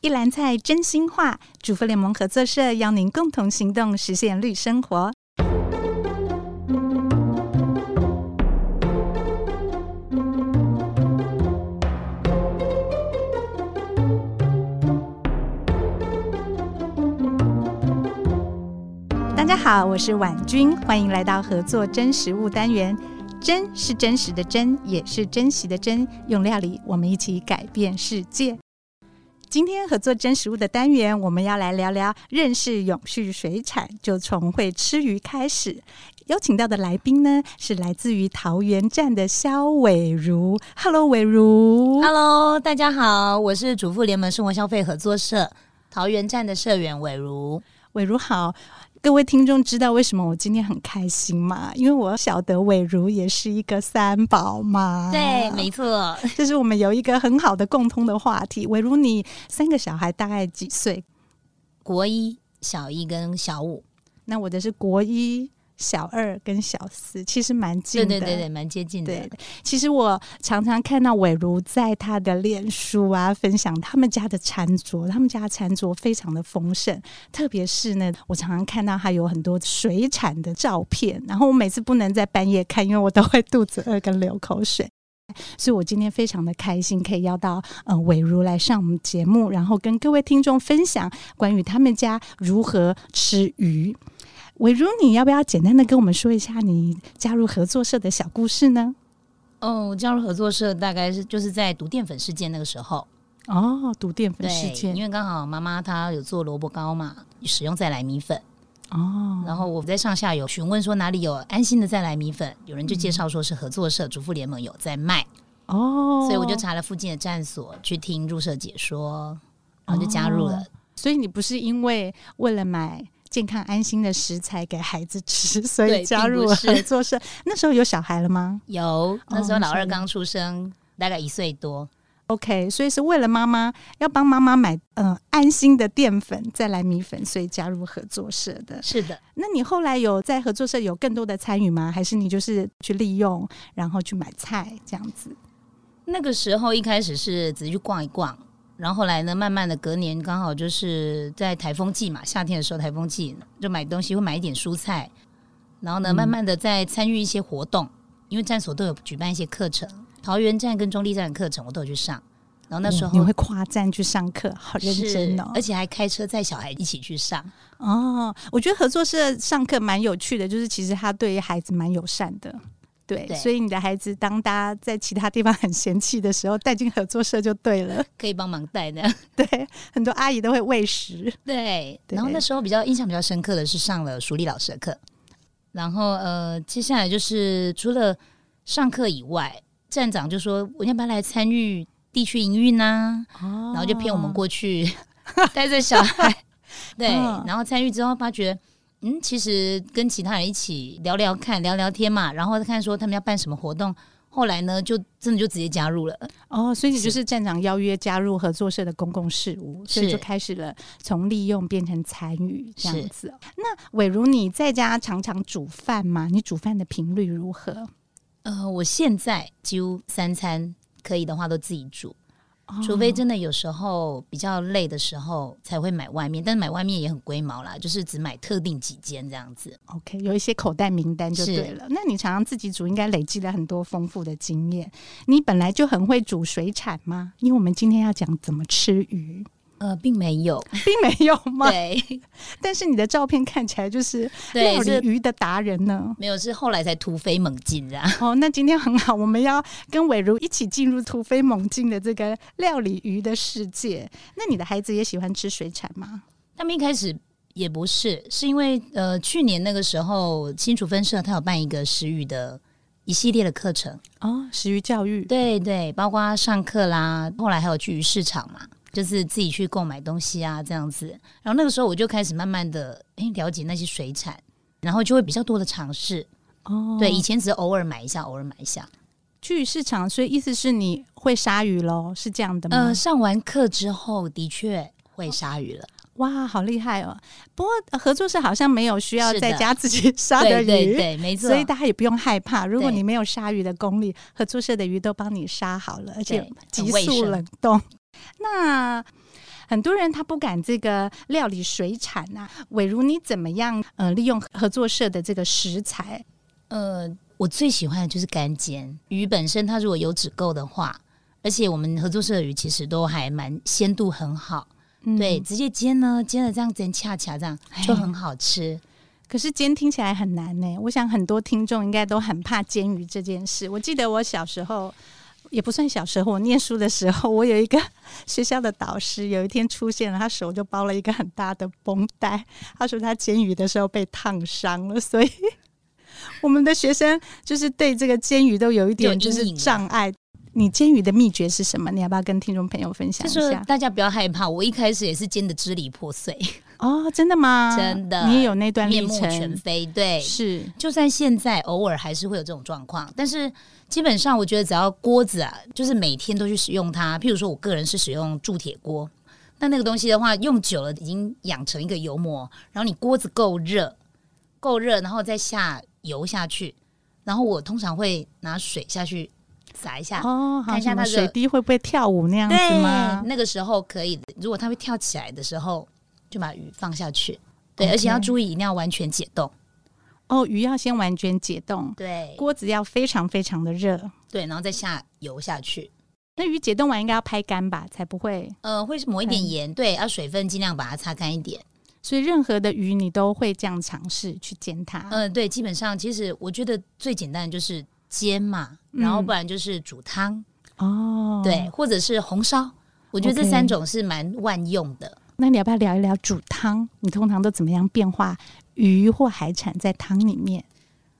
一篮菜真心话，主妇联盟合作社邀您共同行动，实现绿生活。大家好，我是婉君，欢迎来到合作真食物单元。真是真实的真，也是珍惜的珍。用料理，我们一起改变世界。今天合作真食物的单元，我们要来聊聊认识永续水产，就从会吃鱼开始。邀请到的来宾呢，是来自于桃园站的肖伟如。Hello，伟如。 Hello，大家好，我是主妇联盟生活消费合作社桃园站的社员伟如。伟如好，各位听众知道为什么我今天很开心吗？因为我晓得伟如也是一个三宝妈，对，没错，就是我们有一个很好的共通的话题。伟如，你三个小孩大概几岁？国一小一跟小五，那我的是国一。小二跟小四其实蛮近对的，对对对，蛮接近的对。其实我常常看到伟如在他的脸书啊分享他们家的餐桌，他们家的餐桌非常的丰盛，特别是呢，我常常看到他有很多水产的照片，然后我每次不能在半夜看，因为我都会肚子饿跟流口水。 所以，我今天非常的开心，可以邀到呃伟如来上我们节目，然后跟各位听众分享关于他们家如何吃鱼。伟如，你要不要简单的跟我们说一下你加入合作社的小故事呢？哦，加入合作社大概是就是在毒淀粉事件那个时候，哦，毒淀粉事对，因件为刚好妈妈她有做萝卜糕嘛，使用再来米粉，哦，然后我在上下有询问说哪里有安心的再来米粉，有人就介绍说是合作社主妇联盟有在卖。哦，所以我就，查了附近的站所去听入社解说，然后就加入了。哦所以你不是因为为了买健康安心的食材给孩子 吃，所以对加入并了不是合作社？那时候有小孩了吗有那时哦候老那时候二有刚出生，大概一岁多。 ？OK，所以是为了妈妈要帮妈妈买呃安心的淀粉，再来米粉，所以加入合作社的。是的，那你后来有在合作社有更多的参与吗？还是你就是去利用，然后去买菜这样子？那个时候一开始是只去逛一逛，然后后来呢，慢慢的隔年刚好就是在台风季嘛，夏天的时候台风季就买东西会买一点蔬菜，然后呢，嗯慢慢的再参与一些活动，因为站所都有举办一些课程，桃园站跟中立站的课程我都有去上。然后那时哦你候会跨站去上课，好认真哦是，！而且还开车载小孩一起去上。哦，我觉得合作社上课蛮有趣的，就是其实他对孩子蛮友善的。对，对所以你的孩子当大家在其他地方很嫌弃的时候，带进合作社就对了。可以帮忙带的。对，很多阿姨都会喂食。对，对然后那时候比较印象比较深刻的是上了淑丽老师的课，然后呃，接下来就是除了上课以外，站长就说我要不要来参与地区营运呐、哦然后就骗我们过去 带着小孩，对，嗯然后参与之后发觉。嗯，其实跟其他人一起聊聊看，聊聊天嘛，然后看说他们要办什么活动。后来呢，就真的就直接加入了。哦，所以你就是站长邀约加入合作社的公共事务，所以是就开始了从利用变成参与这样是子哦。那伟如你在家常常煮饭吗？你煮饭的频率如何？呃，我现在几乎三餐可以的话都自己煮，哦除非真的有时候比较累的时候才会买外面，但是买外面也很龟毛啦，就是只买特定几间这样子。 OK，有一些口袋名单就是对了。那你常常自己煮，应该累积了很多丰富的经验。你本来就很会煮水产吗？因为我们今天要讲怎么吃鱼，呃，并没有，并没有 吗？对但是你的照片看起来就是料对理是鱼的达人呢。没有，是后来才突飞猛进 这样。哦，那今天很好，我们要跟伟如一起进入突飞猛进的这个料理鱼的世界。那你的孩子也喜欢吃水产吗？他们一开始也不是，是因为呃，去年那个时候新竹分社他有办一个食语的一系列的课程，哦，食鱼教育。对对，包括上课啦，后来还有去鱼市场嘛，就是自己去购买东西啊这样子。然后那个时候我就开始慢慢的哎了解那些水产，然后就会比较多的尝试。哦，对，以前只是偶尔买一下，偶尔买一下。去鱼市场，所以意思是你会杀鱼喽？是这样的吗？呃，上完课之后的确会杀鱼了，哇，好厉害哦！不过呃合作社好像没有需要是的在家自己 杀的对鱼，对对，没错所。以大家也不用害怕。如果对你没有杀鱼的功力，合作社的鱼都帮你杀好了，而且对急很卫速生冷冻。那很多人他不敢这个料理水产呐、伟如，你怎么样？呃，利用合作社的这个食材，呃，我最喜欢的就是干煎鱼本身，它如果油脂够的话，而且我们合作社的鱼其实都还蛮鲜度很好，嗯哎对，。直接煎呢，煎了这样煎恰恰这样就很好吃。可是煎听起来很难呢、我想很多听众应该都很怕煎鱼这件事。我记得我小时候。也不算小时候，我念书的时候，我有一个学校的导师，有一天出现了，他手就包了一个很大的绷带。他说他煎鱼的时候被烫伤了，所以 我们的学生就是对这个煎鱼都有一点有就阴是影了障碍。你煎鱼的秘诀是什么？你要不要跟听众朋友分享就一是下？大家不要害怕，我一开始也是煎的支离破 碎，哦，真的吗？真的你也有那段面历目全程？非。对，是，就算现在偶尔还是会有这种状况，但是基本上我觉得只要锅子啊，就是每天都去使用它。譬如说我个人是使用铸铁锅，那那个东西的话，用久了已经养成一个油膜，然后你锅子够热，够热，然后再下油下去，然后我通常会拿水下去洒一下。哦，好啊看一下什么它的水滴会不会跳舞那样子吗？那个时候可以的。如果它会跳起来的时候，就把鱼放下去。对 OK 而且要注意，一定要完全解冻。哦，鱼要先完全解冻，对锅子要非常非常的热。对，然后再下油下去。那鱼解冻完应该要拍干吧，才不会。呃，会抹一点盐，嗯对，啊，水分尽量把它擦干一点。所以任何的鱼你都会这样尝试去煎它。嗯、对，基本上其实我觉得最简单的就是煎嘛，然后嗯不然就是煮汤，哦，对，。或者是红烧。我觉得这 OK 三种是蛮万用的。那你要不要聊一聊煮汤？你通常都怎么样变化鱼或海产在汤里面？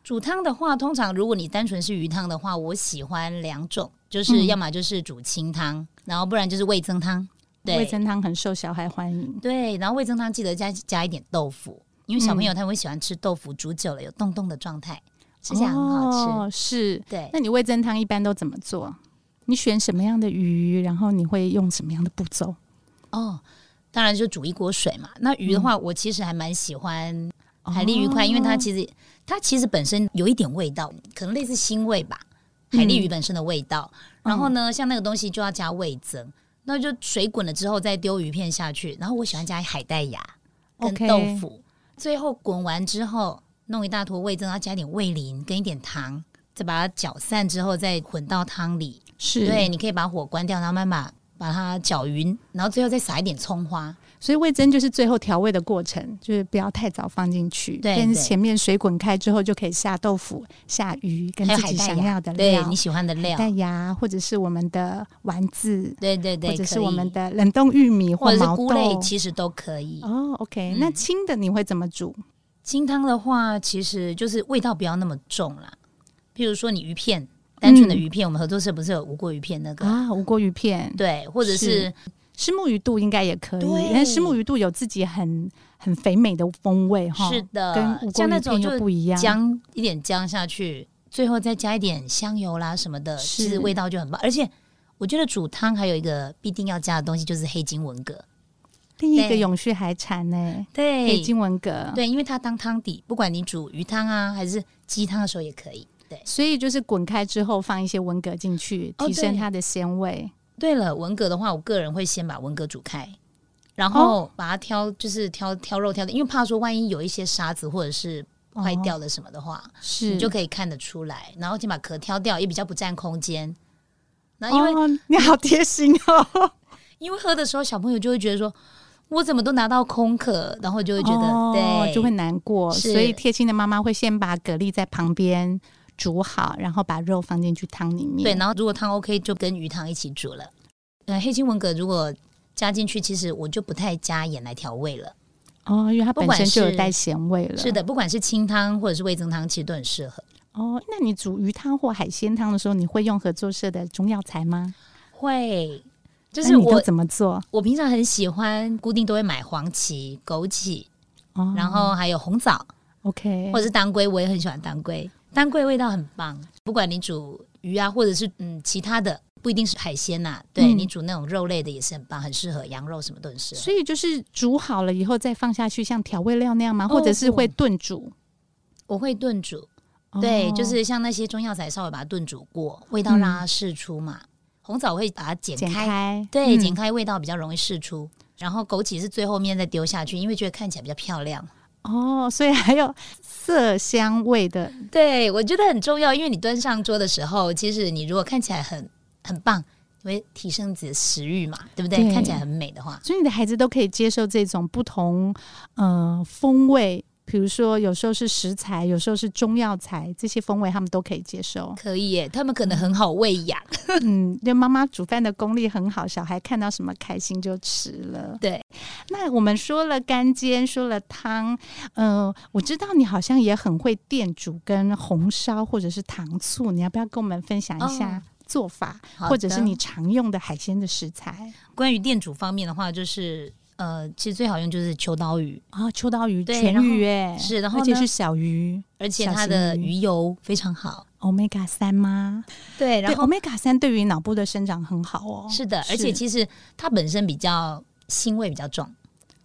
煮汤的话，通常如果你单纯是鱼汤的话，我喜欢两种，就嗯是要么就是煮清汤，然后不然就是味增汤。对，味噌汤很受小孩欢迎。对，然后味增汤记得加加一点豆腐，因为小朋友他们会喜欢吃豆腐，煮久了有冻冻的状态，吃起来很好吃。哦、是。对，那你味噌汤一般都怎么做？你选什么样的鱼，然后你会用什么样的步骤？哦，当然就煮一锅水嘛。那鱼的嗯话，我其实还蛮喜欢海蛎鱼块，因为它哦其实它其实本身有一点味道，可能类似腥味吧，海嗯蛎鱼本身的味道。然后呢，像那个东西就要加味增，那就水滚了之后再丢鱼片下去。然后我喜欢加海带芽跟 OK 豆腐最后滚完之后弄一大坨味增，然后加点味淋跟一点糖。再把它搅散之后，再混到汤里。是对，你可以把火关掉，然后慢慢把它搅匀，然后最后再撒一点葱花。所以味增就是最后调味的过程，就是不要太早放进去，对但是对前面水滚开之后就可以下豆腐、下鱼跟还有自海己带想芽要的料，对你喜欢的料海，带芽或者是我们的丸子，对对对，或者可是以我们的冷冻玉米或者是毛菇类，豆。其实都可以。哦，OK，、嗯那清的你会怎么煮？清汤的话，其实就是味道不要那么重啦。譬如说你鱼片，单纯的鱼片，我们合作社不是有无过鱼片那个？嗯啊，无锅鱼片，对，或者是是石目鱼肚应该也可以，对但石目鱼肚有自己很很肥美的风味哈，是跟的无，锅像那鱼种片又就不一样。姜一点姜下去，最后再加一点香油啦什么的，是其实味道就很棒。而且我觉得煮汤还有一个必定要加的东西就是黑金文蛤，另一个对永续海产呢、黑对金文蛤，对，因为它当汤底，不管你煮鱼汤啊还是鸡汤的时候也可以。对，所以就是滚开之后放一些文蛤进去，哦提升对它的鲜味。对了，文蛤的话，我个人会先把文蛤煮开，哦然后把它挑，就是挑挑肉挑的，因为怕说万一有一些沙子或者是坏掉了什么的话，哦是你就可以看得出来。然后先把壳挑掉，也比较不占空间。那因为、哦、你好贴心哦，因为喝的时候，小朋友就会觉得说，我怎么都拿到空壳，然后就会觉得、哦对，就会难过。是所以贴心的妈妈会先把蛤蜊在旁边煮好，然后把肉放进去汤里面。对。然后如果汤 OK，就跟鱼汤一起煮了。呃，黑金文蛤如果加进去，其实我就不太加盐来调味了。哦，因为它不本管身就有是带咸味了。是。的，不管是清汤或者是味增汤，其实都很适合。哦，那你煮鱼汤或海鲜汤的时候，你会用合作社的中药材吗？会，就那是你都我怎么做？我平常很喜欢，固定都会买黄芪、枸杞，哦，然后还有红枣 OK，或者是当归，我也很喜欢当归，当归味道很棒。不管你煮鱼啊，或者是嗯其他的，不一定是海鲜呐、对、嗯你煮那种肉类的也是很棒，很适合，羊肉什么都很适合。所以就是煮好了以后再放下去，像调味料那样吗？或者是哦会炖煮？我会炖煮，对，哦嗯就是像那些中药材稍微把它炖煮过，味道让它释出嘛。红枣会把它剪剪开，开，对，嗯剪开味道比较容易释出。然后枸杞是最后面再丢下去，因为觉得看起来比较漂亮。哦，所以还有色香味的对我觉得很重要，因为你端上桌的时候，其实你如果看起来很很棒，你会提升自己的食欲嘛，对不对？对看起来很美的话，。所以你的孩子都可以接受这种不同呃风味，比如说有时候是食材，有时候是中药材，这些风味他们都可以接受可以耶。他们可能很好喂养，嗯，就妈妈煮饭的功力很好，小孩看到什么开心就吃了。对，那我们说了干煎，说了汤，呃，我知道你好像也很会电煮跟红烧或者是糖醋，你要不要跟我们分享一下哦做法，好或者是的你常用的海鲜的食材关于店主方面的话，就是呃，其实最好用就是哦秋刀鱼，啊？秋刀鱼、对全然后鱼、哎，是然后而且呢是小鱼。而且小它型的鱼鱼油非常好。 omega 三吗？对，然对后，omega 三对于脑部的生长很好哦。是的，是而且其实它本身比较腥味比较重，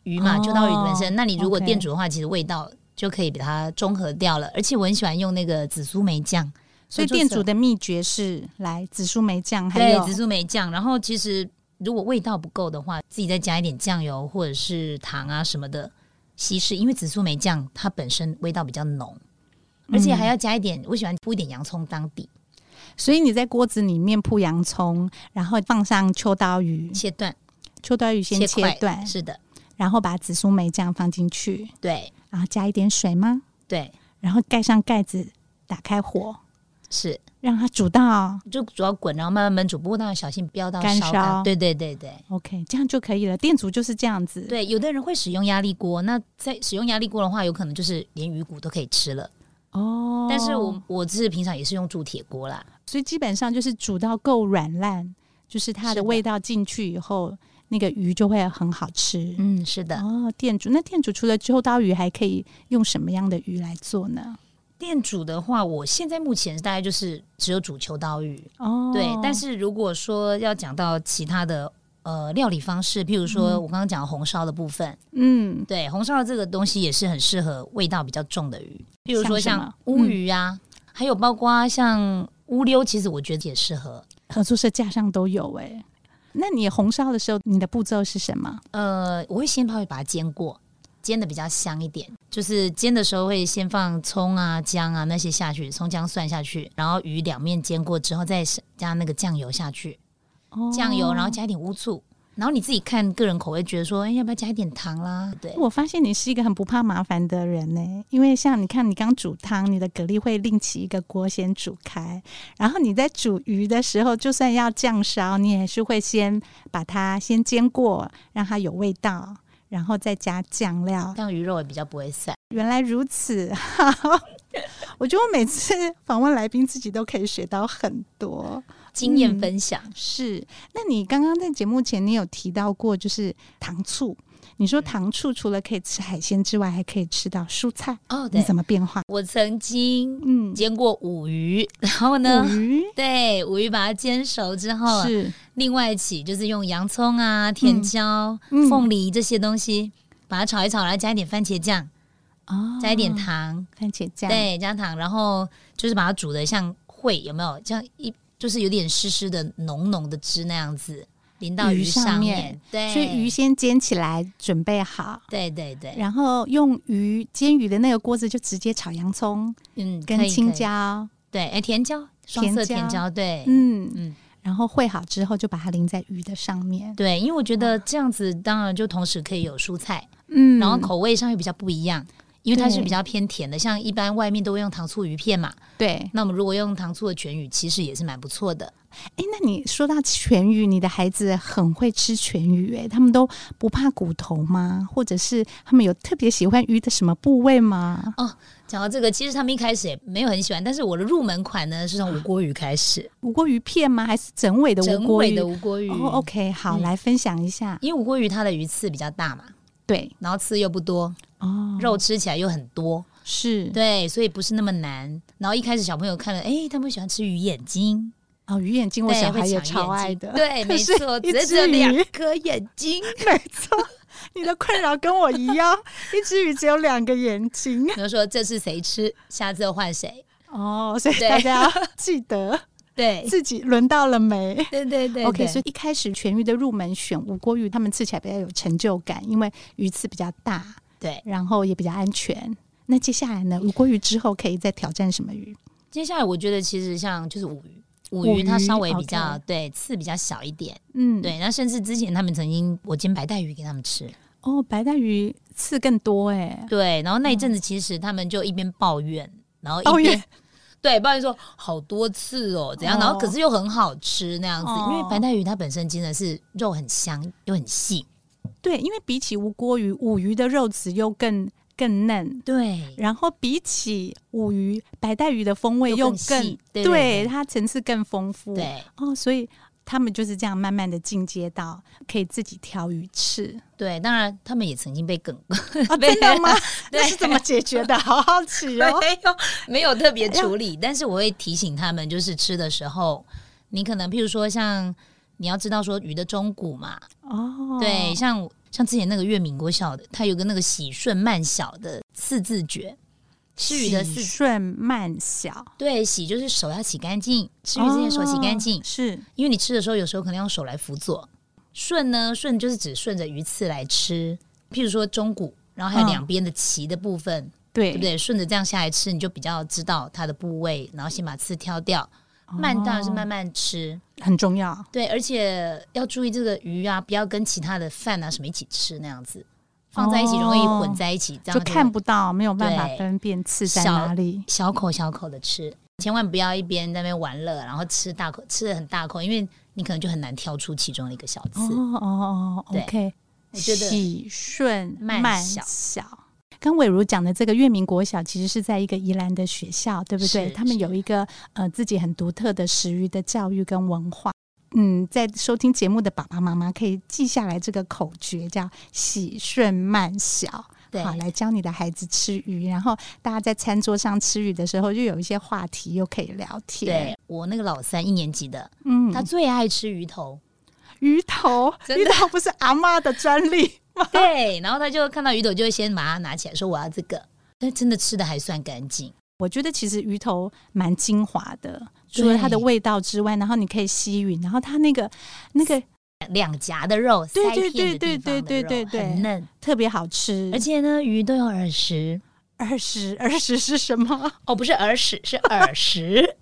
鱼嘛，秋刀鱼本身，那你如果哦 OK 店主的话，其实味道就可以把它中和掉了。而且我很喜欢用那个紫苏梅酱，所以做店成主的秘诀是来紫苏梅酱，还对有紫苏梅酱，然后其实如果味道不够的话，自己再加一点酱油或者是糖啊什么的稀释，因为紫苏梅酱它本身味道比较浓，而且嗯还要加一点，我喜欢铺一点洋葱当底，所以你在锅子里面铺洋葱，然后放上秋刀鱼，切断秋刀鱼先切块，断，是的，然后把紫苏梅酱放进去，对然后加一点水吗？对然后盖上盖子，打开火，是，让它煮到就主要滚，然后慢慢焖煮，不过当然小心不要到干烧烧到，对对对对。 OK，这样就可以了。店主就是这样子，对，有的人会使用压力锅，那在使用压力锅的话，有可能就是连鱼骨都可以吃了。哦。但是我我是平常也是用铸铁锅啦，所以基本上就是煮到够软烂，就是它是的的味道进去以后，那个鱼就会很好吃。嗯，是的。哦，店主，那店主除了秋刀鱼，还可以用什么样的鱼来做呢？店主的话，我现在目前大概就是只有煮秋刀鱼，哦，对。但是如果说要讲到其他的呃料理方式，譬如说我刚刚讲红烧的部分，嗯，对，红烧的这个东西也是很适合味道比较重的鱼，譬如说像什像么嗯乌鱼啊，还有包括像乌溜，其实我觉得也适合。合作社架上都有哎、那你红烧的时候，你的步骤是什么？呃，我会先稍微把它煎过，煎的比较香一点。就是煎的时候会先放葱啊、姜啊那些下去，葱姜蒜下去，然后鱼两面煎过之后，再加那个酱油下去，哦酱油，然后加一点乌醋，然后你自己看个人口味，觉得说，哎，要不要加一点糖啦？对，我发现你是一个很不怕麻烦的人呢、因为像你看，你刚煮汤，你的蛤蜊会另起一个锅先煮开，然后你在煮鱼的时候，就算要酱烧，你也是会先把它先煎过，让它有味道，然后再加酱 料。这样鱼肉也比较不会散。原来如此，好， 我觉得我每次访问来宾，自己都可以学到很多。经验嗯分享，是，那你刚刚在节目前，你有提到过，就是糖醋。你嗯说糖醋除了可以吃海鲜之外，还可以吃到蔬菜，嗯哦，你对，怎么变化？我曾经嗯，煎过五鱼，然后呢哦捕， 鱼对，五鱼把它煎熟之后，是另外一起就是用洋葱啊、甜椒、嗯凤梨这些东西，把它炒一炒，然后加一点番茄酱，哦加一点糖，番茄酱，对，加糖，然后就是把它煮的像烩，有没有？像一就是有点湿湿的、浓浓的汁那样子，淋到鱼上上面对，所以鱼，先煎起来，准备好，对对对，然后用鱼煎鱼的那个锅子就直接炒洋葱嗯，可跟以青，可椒，以对，哎，甜椒，双色甜椒甜椒，对，嗯嗯然后烩好之后就把它淋在鱼的上面，对，因为我觉得这样子，当然就同时可以有蔬菜，嗯，然后口味上又比较不一样，因为它是对比较偏甜的，像一般外面都会用糖醋鱼片嘛，对，那我们如果用糖醋的全鱼，其实也是蛮不错的。哎，那你说到全鱼，你的孩子很会吃全鱼、诶，他们都不怕骨头吗？或者是他们有特别喜欢鱼的什么部位吗？讲到这个，其实他们一开始也没有很喜欢，但是我的入门款呢是从无锅鱼开始，无锅鱼片吗？还是整尾的无整锅尾鱼？的无锅鱼。哦，OK，好，嗯来分享一下。因为无锅鱼它的鱼刺比较大嘛，对，然后刺又不多，哦，肉吃起来又很多，是对，所以不是那么难。然后一开始小朋友看了，哎，他们喜欢吃鱼眼睛，哦，鱼眼睛我对，小孩会也抢超爱的。 眼睛对，可没是错，一只是只只有两鱼颗眼睛。 你的困扰跟我一样，一只鱼只有两个眼睛。 比如说这次谁吃，下次又换谁，哦，所以 对大家要记得。对自己轮到了没？对对对 OK，对所以一开始全鱼的入门选无锅鱼，他们吃起来比较有成就感，因为鱼刺比较大，对。然后也比较安全。那接下来呢？无锅鱼之后可以再挑战什么鱼？接下来我觉得其实像就是五鱼，五五鱼它鱼稍微比，OK 较对刺比较小一点，嗯，，对。那甚至之前他们曾经我煎白带鱼给他们吃，哦，白带鱼刺更多哎、对。然后那一阵子其实他们就一边抱怨，然后一抱边怨对抱怨说好多刺哦，怎样？然后可是又很好吃那样子，因为哦白带鱼它本身真的是肉很香又很细，对，因为比起无锅鱼，五鱼的肉质又更更嫩，对。然后比起五鱼，白带鱼的风味又又更细对对对它层次更丰富。对哦，所以他们就是这样慢慢的进阶到可以自己挑鱼翅。对，当然他们也曾经被梗过，哦，真的 吗？对那是怎么解决的？好好 奇哦。没有没有特别处理，但是我会提醒他们，就是吃的时候，你可能譬如说像你要知道说鱼的中骨嘛，哦，对，，像像之前那个月敏国小的，它有个那个喜顺慢小的四字诀，吃鱼的四顺慢小，对洗就是手要洗干净，吃鱼之前手洗干净，哦是因为你吃的时候有时候可能用手来辅佐。顺呢，顺就是只顺着鱼刺来吃，譬如说中骨，然后还有嗯两边的鳍的部分，对对不对？顺着这样下来吃，你就比较知道它的部位，然后先把刺挑掉。哦慢当然是慢慢吃，很重要对，而且要注意这个鱼啊，不要跟其他的饭啊什么一起吃那样子，放在一起容易混在一起，这哦就样看不到，没有办法对分辨刺在小哪里。小口小口的吃，千万不要一边在那边玩乐，然后吃大口吃的很大口，因为你可能就很难挑出其中的一个小哦刺。哦哦对，OK，我觉得喜顺慢慢小小。刚伟如讲的这个月明国小，其实是在一个宜兰的学校，对不对？是他们是有一个呃自己很独特的食育的教育跟文化。嗯，在收听节目的爸爸妈妈可以记下来这个口诀，叫喜顺慢小。对好，来教你的孩子吃鱼，然后大家在餐桌上吃鱼的时候，就有一些话题又可以聊天。对我那个老三一年级的，嗯，他最爱吃鱼头，鱼头，真鱼的头不是阿妈的专利。 对，然后他就看到鱼头就会先把它拿起来说我要这个，但真的吃的还算干净。我觉得其实鱼头蛮精华的，除了它的味道之外，然后你可以吸吮，然后它那个那个两颊的肉，对腮对片的对地对方的对肉对对嗯很嫩，特别好吃。而且呢，鱼都有耳石，二十二十是什么？哦，不是耳屎，是 耳石，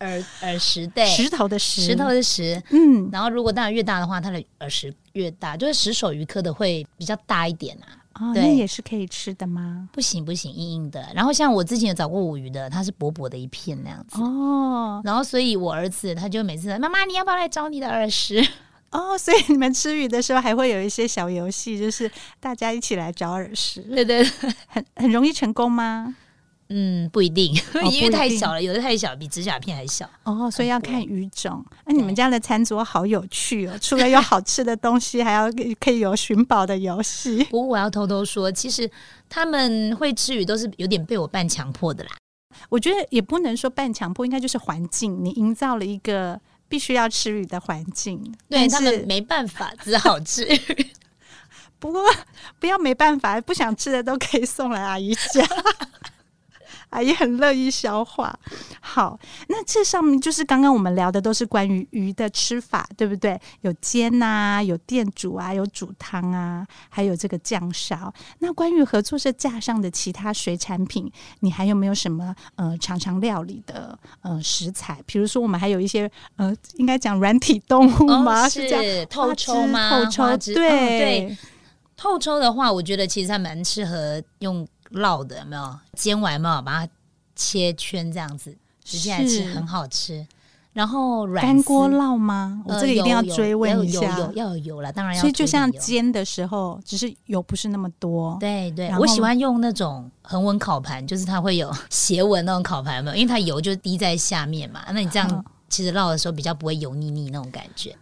耳耳石对，石头的石，石头的石。嗯然后如果当然越大的话，它的耳石越大，就是石首鱼科的会比较大一点啊，啊，对那也是可以吃的吗？不行不行，硬硬的。然后像我之前有找过五鱼的，它是薄薄的一片那样子。哦然后，所以我儿子他就每次妈妈，你要不要来找你的耳石？哦，所以你们吃鱼的时候还会有一些小游戏，就是大家一起来找耳石， 对对，对很很容易成功吗？嗯，不一定，哦不 因为一太定小了，有的太小，比指甲片还小。哦，所以要多看鱼种。那、你们家的餐桌好有趣哦，除了有好吃的东西，还要可以有寻宝的游戏。不过我要偷偷说，其实他们会吃鱼都是有点被我半强迫的啦。我觉得也不能说半强迫，应该就是环境，你营造了一个必须要吃鱼的环境。对但他们是没办法，只好 吃。不过 不要没办法，不想吃的都可以送来阿姨家。 阿姨很乐意消化。好，那这上面就是刚刚我们聊的都是关于鱼的吃法，对不对？有煎啊，有电煮啊，有煮汤啊，还有这个酱烧。那关于合作社架上的其他水产品，你还有没有什么呃常常料理的呃食材？比如说我们还有一些呃，应该讲软体动物吗？哦是这样。透花抽枝吗？透花抽，枝对、哦对，透抽的话，我觉得其实它蛮适合用烙的，有没有？煎完有没有把它切圈这样子，直接来吃是很好吃。然后软干锅丝，烙吗？我呃这个一定有要有追问一要有下。油有要有油了，当然要所以就涂点像油煎的时候，只是油不是那么多。对对然，后我喜欢用那种横纹烤盘，就是它会有 斜纹那种烤盘嘛，因为它油就滴在下面嘛。那你这嗯样其实烙的时候比较不会油腻腻那种感觉。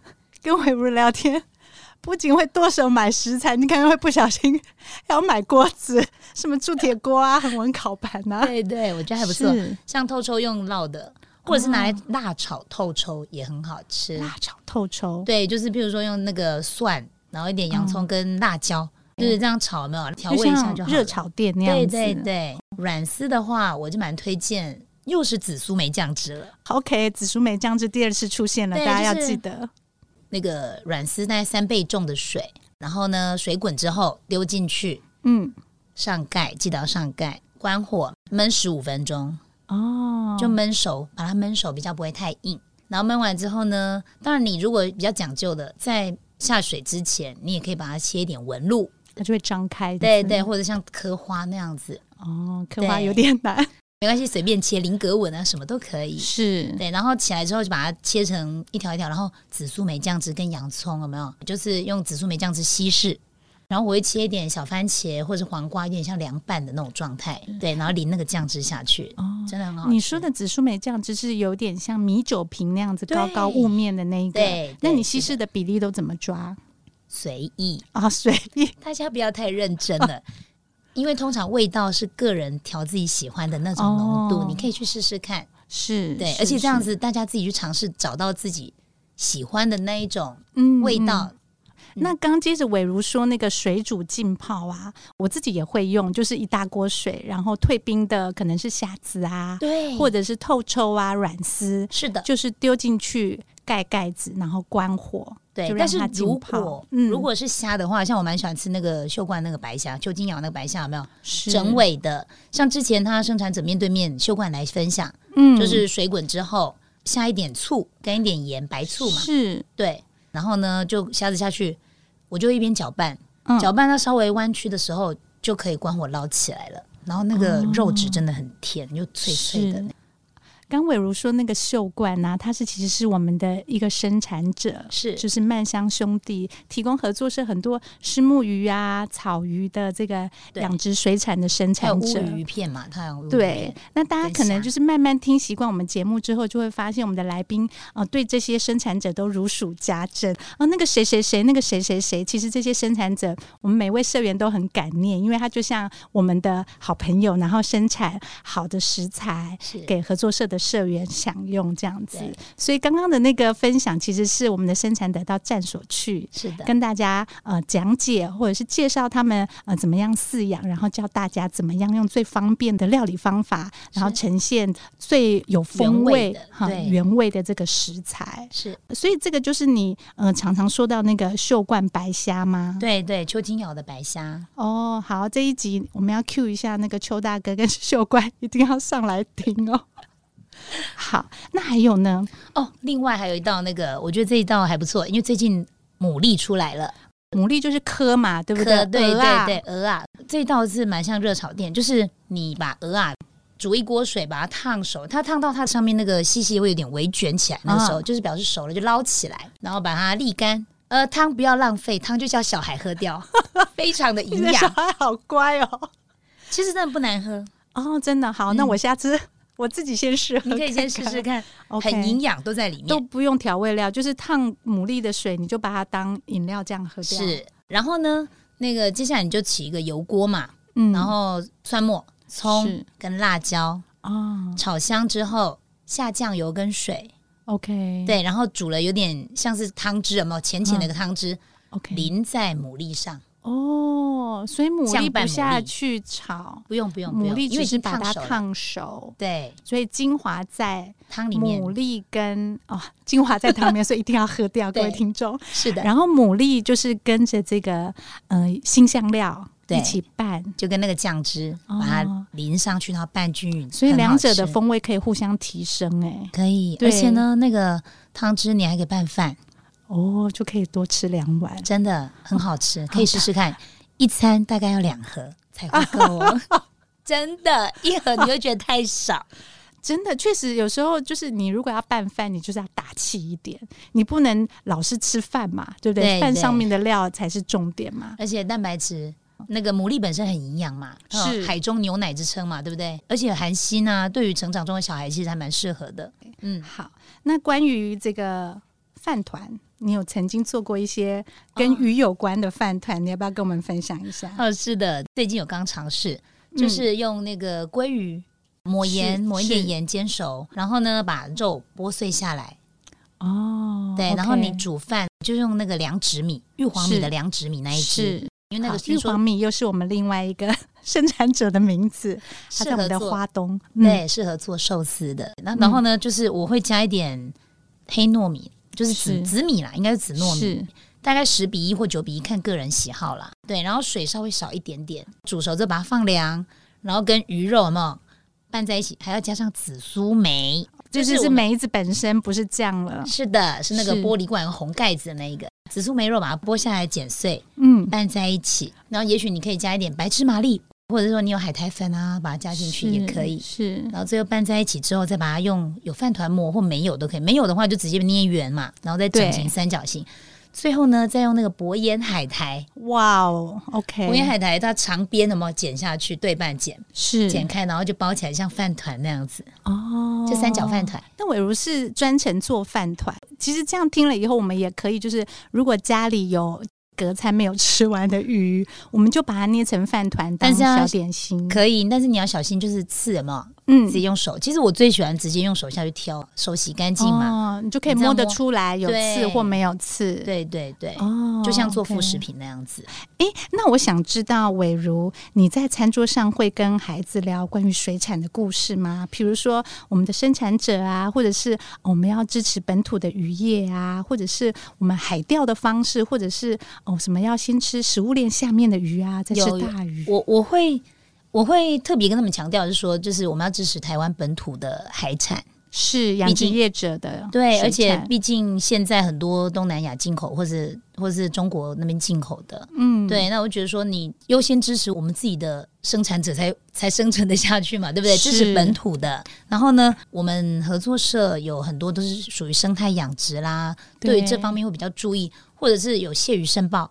跟伟如聊天， 不仅会剁手买食材，你可能会不小心要买锅子，什么铸铁锅啊、恒温烤盘啊，对对，我觉得还不错。是哦像透抽用烙的，或者是拿来辣炒透抽也很好吃。辣炒透抽。嗯对，就是譬如说用那个蒜，然后一点洋葱跟辣椒，就是这样炒，有没有调味一下嗯像就好了。热炒店那样对子，对对，软丝的话，我就蛮推荐又是紫苏梅酱汁了。 OK，紫苏梅酱汁第二次出现了，对大家要就是记得。那个软丝大概三倍重的水，然后呢，水滚之后丢进去，嗯，上盖，记得要上盖，关火焖十五分钟，哦，就焖熟，把它焖熟，比较不会太硬。然后焖完之后呢，当然你如果比较讲究的，在下水之前，你也可以把它切一点纹路，它就会张开。对是不是对，，或者像刻花那样子，哦，刻画对有点难。没关系，随便切菱格纹啊，什么都可以。是对，然后起来之后就把它切成一条一条，然后紫苏梅酱汁跟洋葱有没有？就是用紫苏梅酱汁稀释，然后我会切一点小番茄或者黄瓜，有点像凉拌的那种状态，对，然后淋那个酱汁下去，哦。真的很好吃。你说的紫苏梅酱汁是有点像米酒瓶那样子对高高雾面的那一个，对那对你稀是释的比例都怎么抓随意，啊、随 意大家不要太认真了。因为通常味道是个人调自己喜欢的那种浓度，哦你可以去试试看。是，对，是而且这样，是子大家自己去尝试，找到自己喜欢的那一种嗯味道，嗯那刚接着伟如说那个水煮浸泡啊，我自己也会用，就是一大锅水，然后退冰的可能是虾子啊，对，或者者是透抽啊、软丝，是的，就是丢进去盖盖子，然后关火。对就。让但是它浸如泡果、嗯如果是虾的话，像我蛮喜欢吃那个秀冠那个白虾，邱金瑶那个白虾有没有是整，尾的？像之前他生产者面对面秀冠来分享，嗯就是水滚之后下一点醋跟一点盐，白醋嘛，是，对，然后呢就虾子下去，我就一边搅拌，嗯搅拌到稍微弯曲的时候就可以关火捞起来了。然后那个肉质真的很甜，又脆脆的哦是，刚伟如说那个秀冠啊，它是其实是我们的一个生产者，是就是曼香兄弟提供合作社很多石目鱼啊、草鱼的这个对养殖水产的生还有产乌者。鱼片嘛，太阳乌鱼对片，，那大家跟可能虾就是慢慢听习惯我们节目之后，就会发现我们的来宾啊、呃对这些生产者都如数家珍啊、那个谁谁谁，那个谁谁谁，其实这些生产者，我们每位社员都很感念，因为他就像我们的好朋友，然后生产好的食材，是给合作社的社员享用这样子对。所以刚刚的那个分享，其实是我们的生产者到站所去。是的，跟大家呃讲解或者是介绍他们呃怎么样饲养，然后教大家怎么样用最方便的料理方法，然后是呈现最有风原味味的哈对原味的这个食材。是所以这个就是你呃常常说到那个秀冠白虾吗？对对，邱金瑶的白虾，哦，好，这一集我们要 cue 一下那个邱大哥跟 秀冠，一定要上来听哦。 好，那还有呢？哦，另外还有一道那个，我觉得这一道还不错，因为最近牡蛎出来了，牡蛎就是科嘛，对不可对鹅啊对对，鹅啊，这一道是蛮像热炒店，就是你把鹅啊煮一锅水，把它烫熟，它烫到它上面那个细细会有点微卷起来，那个时啊候、就是表示熟了，就捞起来，然后把它沥干。呃，汤不要浪费，汤就叫小孩喝 掉，非常的你营的小养。孩好乖哦。其实真的不 难喝，哦，真的好，那我下次我自己先试喝看嗯你看，可以先试试看， OK，很营养都在里面都。不用调味料，就是烫牡蛎的水，你就把它当饮料这样喝掉。，是，然后呢，那个接下来你就起一个油锅嘛，嗯然后蒜末、葱是跟辣椒哦炒香之后，下酱油跟水， ，OK，对，然后煮了有点像是汤汁，有没有浅浅的一个汤汁、 ，OK，淋在牡蛎上？哦，所以牡酱蛎拌不牡下蛎去炒，不用不用不牡用，蛎因为只已是经把烫它熟了。烫熟，对，所以精华在汤里面牡蛎跟哦，精华在汤里面，所以一定要喝 掉，各位对听众。是的，然后牡蛎就是跟着这个呃新香料对一起拌，就跟那个酱汁哦把它淋上去，然后拌均匀，所以很好两者的吃风味可以互相提升、哎，可以。对而且呢，那个汤汁你还可以拌饭，哦，就可以多吃两碗。真的很好吃，可以试试看。一餐大概要两盒才会够 哦，真的，一盒你会觉得太少。真的，确实有时候就是你如果要拌饭，你就是要大气一点，你不能老是吃饭嘛，对不对？对饭对上面的料才是重点嘛。而且蛋白质，那个牡蛎本身很营养嘛，是哦海中牛奶之称嘛，对不对？而且含锌啊，对于成长中的小孩其实还蛮适合的。嗯，好，那关于这个饭团，你有曾经做过一些跟鱼有关的饭团，你要不要跟我们分享一下？哦，是的，最近有刚尝试，就嗯是用那个鲑鱼抹是盐，抹一是点盐煎熟，然后呢把肉剥碎下来，哦对，然后你煮饭就用那个凉纸米、玉皇米是的凉纸米那一只，是因为那个好听玉说皇米又是我们另外一个 生产者的名字，它适在我合们的做花东。嗯，对，适合做寿司的。那然后呢，就是我会加一点黑糯米，就是紫是紫米啦，应该是紫糯米，是大概十比一或九比一，看个人喜好啦。对，然后水稍微少一点点，煮熟之后把它放凉，然后跟鱼肉有没有拌在一起，还要加上紫苏梅，这就是就是我们梅子本身不是酱了。是的，是那个啊是玻璃罐红盖子的那一个紫苏梅肉，把它剥下来剪碎，嗯，拌在一起。然后也许你可以加一点白芝麻粒，或者说你有海苔粉啊，把它加进去也可以。嗯是然后最后拌在一起之后，再把它用有饭团模或没有都可以，没有的话就直接捏圆嘛，然后再整形对三角形。最后呢，再用那个薄烟海苔，哇哦薄烟，OK，海苔它长边的嘛，剪下去对半剪，是剪开然后就包起来，像饭团那样子，哦，就三角饭团。那伟如是专程做饭团，其实这样听了以后，我们也可以就是，如果家里有隔餐没有吃完的鱼，我们就把它捏成饭团当但是要小点心。可以，但是你要小心，就是刺有没有？嗯自己用手。其实我最喜欢直接用手下去挑，手洗干净嘛。哦，你就可以你这样摸得摸出来有对刺或没有刺。，对对对，哦，就像做副 OK。食品那样子。诶，那我想知道，伟如你在餐桌上会跟孩子聊关于水产的故事吗？比如说我们的生产者啊，或者是哦我们要支持本土的渔业啊，或者是我们海钓的方式，或者是哦什么要先吃食物链下面的鱼啊，再吃有大鱼。我我会我会特别跟他们强调，就是说，就是我们要支持台湾本土的海产。是养毕殖竟业者的对，水而且产毕竟现在很多东南亚进口，或是或是中国那边进口的。嗯，对，那我觉得说你优先支持我们自己的生产者才才生存的下去嘛，对不对？支持是本土的。然后呢，我们合作社有很多都是属于生态养殖啦，对于这方面会比较注意，或者是有蟹鱼申报，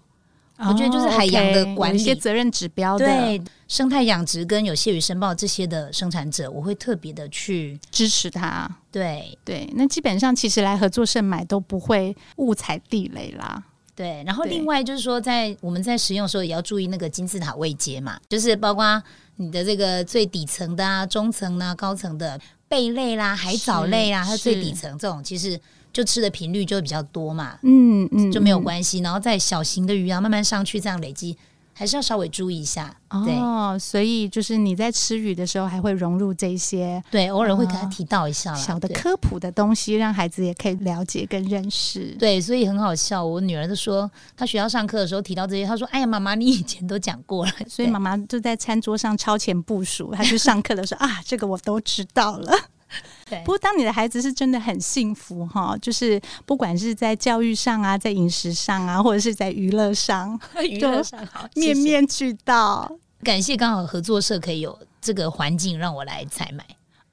哦，我觉得就是海洋的 OK，管有一些理责任指标的对生态养殖跟有蟹鱼申报这些的生产者，我会特别的去支持它。对对，那基本上其实来合作社买都不会误踩地雷啦。对，然后对另外就是说在，我们在使用的时候也要注意那个金字塔位阶嘛，就是包括你的这个最底层的啊、中层啊、高层的贝类啦、海藻类啦，是还有最底层这种，其实就吃的频率就会比较多嘛，嗯嗯，就没有嗯关系。然后再小型的鱼啊，慢慢上去，这样累积还是要稍微注意一下。对哦，所以就是你在吃鱼的时候，还会融入这些对，偶尔会给他哦提到一下啦。小的啊对科普的东西，让孩子也可以了解跟认识。对，所以很好笑。我女儿就说，她学校上课的时候提到这些，她说：“哎呀，妈妈，你以前都讲过了。”所以妈妈就在餐桌上超前部署，她去上课的时候 啊，这个我都知道了。对 不过，当你的孩子是真的很幸福哈，就是不管是在教育上啊，在饮食上啊，或者是在娱乐上，对， 娱乐上好，谢谢面面俱到。感谢刚好合作社可以有这个环境让我来采买，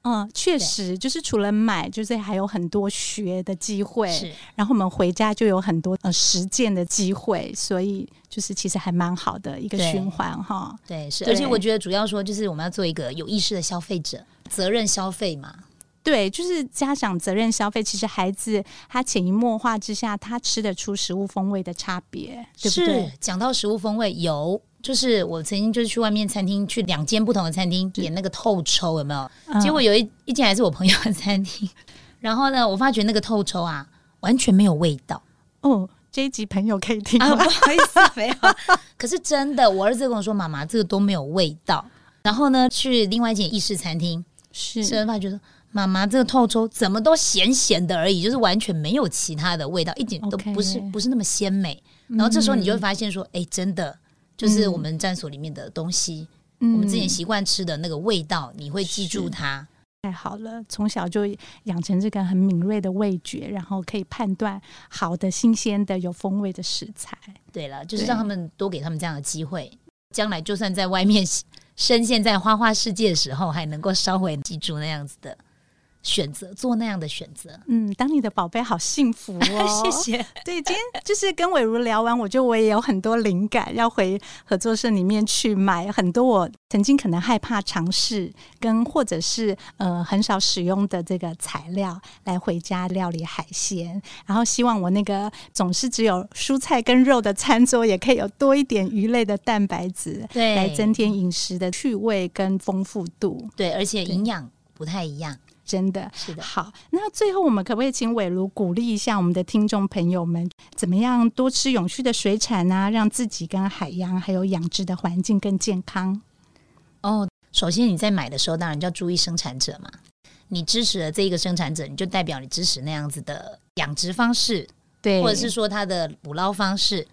嗯，确对实，就是除了买，就是还有很多学的机会。是然后我们回家就有很多呃实践的机会，所以就是其实还蛮好的一个对循环哈。对是，对而且我觉得主要说就是我们要做一个有意识的消费者，责任消费嘛，对，就是家长责任消费，其实孩子他潜移默化之下，他吃得出食物风味的差别，对不对？是讲到食物风味有。就是我曾经就是去外面餐厅，去两间不同的餐厅点那个透抽，有没有？嗯结果有一一间还是我朋友的餐厅， 然后呢，我发觉那个透抽啊，完全没有味道哦，这一集朋友可以听啊，吗？不好意思，没有。 可是真的，我儿子跟我说，妈妈这个都没有味道。然后呢，去另外一间意式餐厅，是吃了饭觉得妈妈这个透抽怎么都咸咸的而已，就是完全没有其他的味道，一点都 OK 不是不是那么鲜美。然后这时候你嗯就会发现说，哎、真的就是我们站所里面的东西，我们之前嗯习惯吃的那个味道，你会记住它。太好了，从小就养成这个很敏锐的味觉，然后可以判断好的、新鲜的、有风味的食材。对了，就是对让他们多给他们这样的机会，将来就算在外面深陷在花花世界的时候，还能够稍微记住那样子的选择，做那样的选择。嗯，当你的宝贝好幸福哦！ 谢。谢。对，今天就是跟伟如聊完，我觉得我也有很多灵感，要回合作社里面去买很多我曾经可能害怕尝试跟或者是呃很少使用的这个材料，来回家料理海鲜。然后希望我那个总是只有蔬菜跟肉的餐桌，也可以有多一点鱼类的蛋白质，对来增添饮食的趣味跟丰富度。对，而且营养不太一样。真的，是的。好，那最后我们可不可以请伟如鼓励一下我们的听众朋友们，怎么样多吃永续的水产啊，让自己跟海洋还有养殖的环境更健康？哦，首先你在买的时候，当然就要注意生产者嘛。你支持了这一个生产者，你就代表你支持那样子的养殖方式，对，或者是说它的捕捞方式。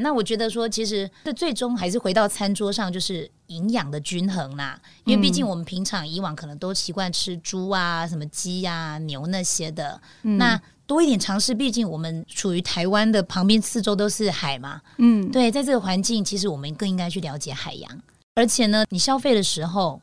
那我觉得说，其实这最终还是回到餐桌上，就是营养的均衡啦。因为毕嗯竟我们平常以往可能都习惯吃猪啊、什么鸡啊、牛那些的，嗯那多一点尝试。毕竟我们处于台湾的旁边，四周都是海嘛，嗯，对，在这个环境，其实我们更应该去了解海洋。而且呢，你消费的时候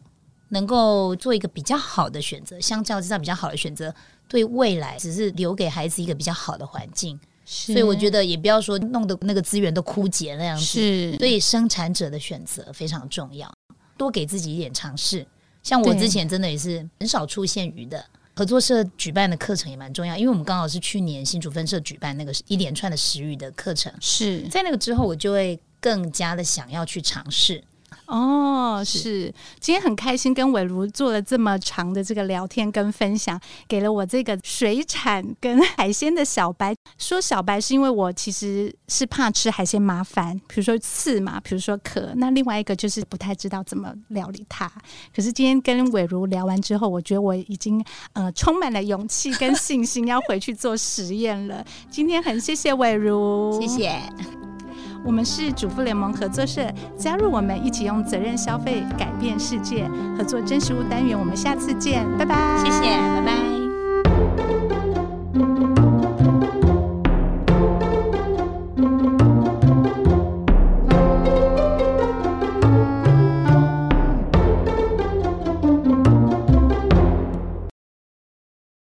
能够做一个比较好的选择，相较之下比较好的选择，对未来只是留给孩子一个比较好的环境。所所以我觉得得也不要说弄得那个资源都枯竭那样子。是，所以生产者的选择非常重要，多给自己一点尝试。像我对之前真的也是很少出现鱼的。合作社举办的课程也蛮重要，因为我们刚好是去年新竹分社举办那个一连串的食育的课程，是在那个之后，我就会更加的想要去尝试。 哦，是是。今天很开心跟伟如做了这么长的这个聊天跟分享，给了我这个水产跟海鲜的小白。说小白是因为我其实是怕吃海鲜麻烦，比如说刺嘛，比如说壳。那另外一个就是不太知道怎么料理它。可是今天跟伟如聊完之后，我觉得我已经呃充满了勇气跟信心，要回去做实验了。今天很谢谢伟如，谢谢，我们是主妇联盟合作社，加入我们一起用责任消费改变世界，合作真实物单元，我们下次见，拜拜，谢谢，拜拜。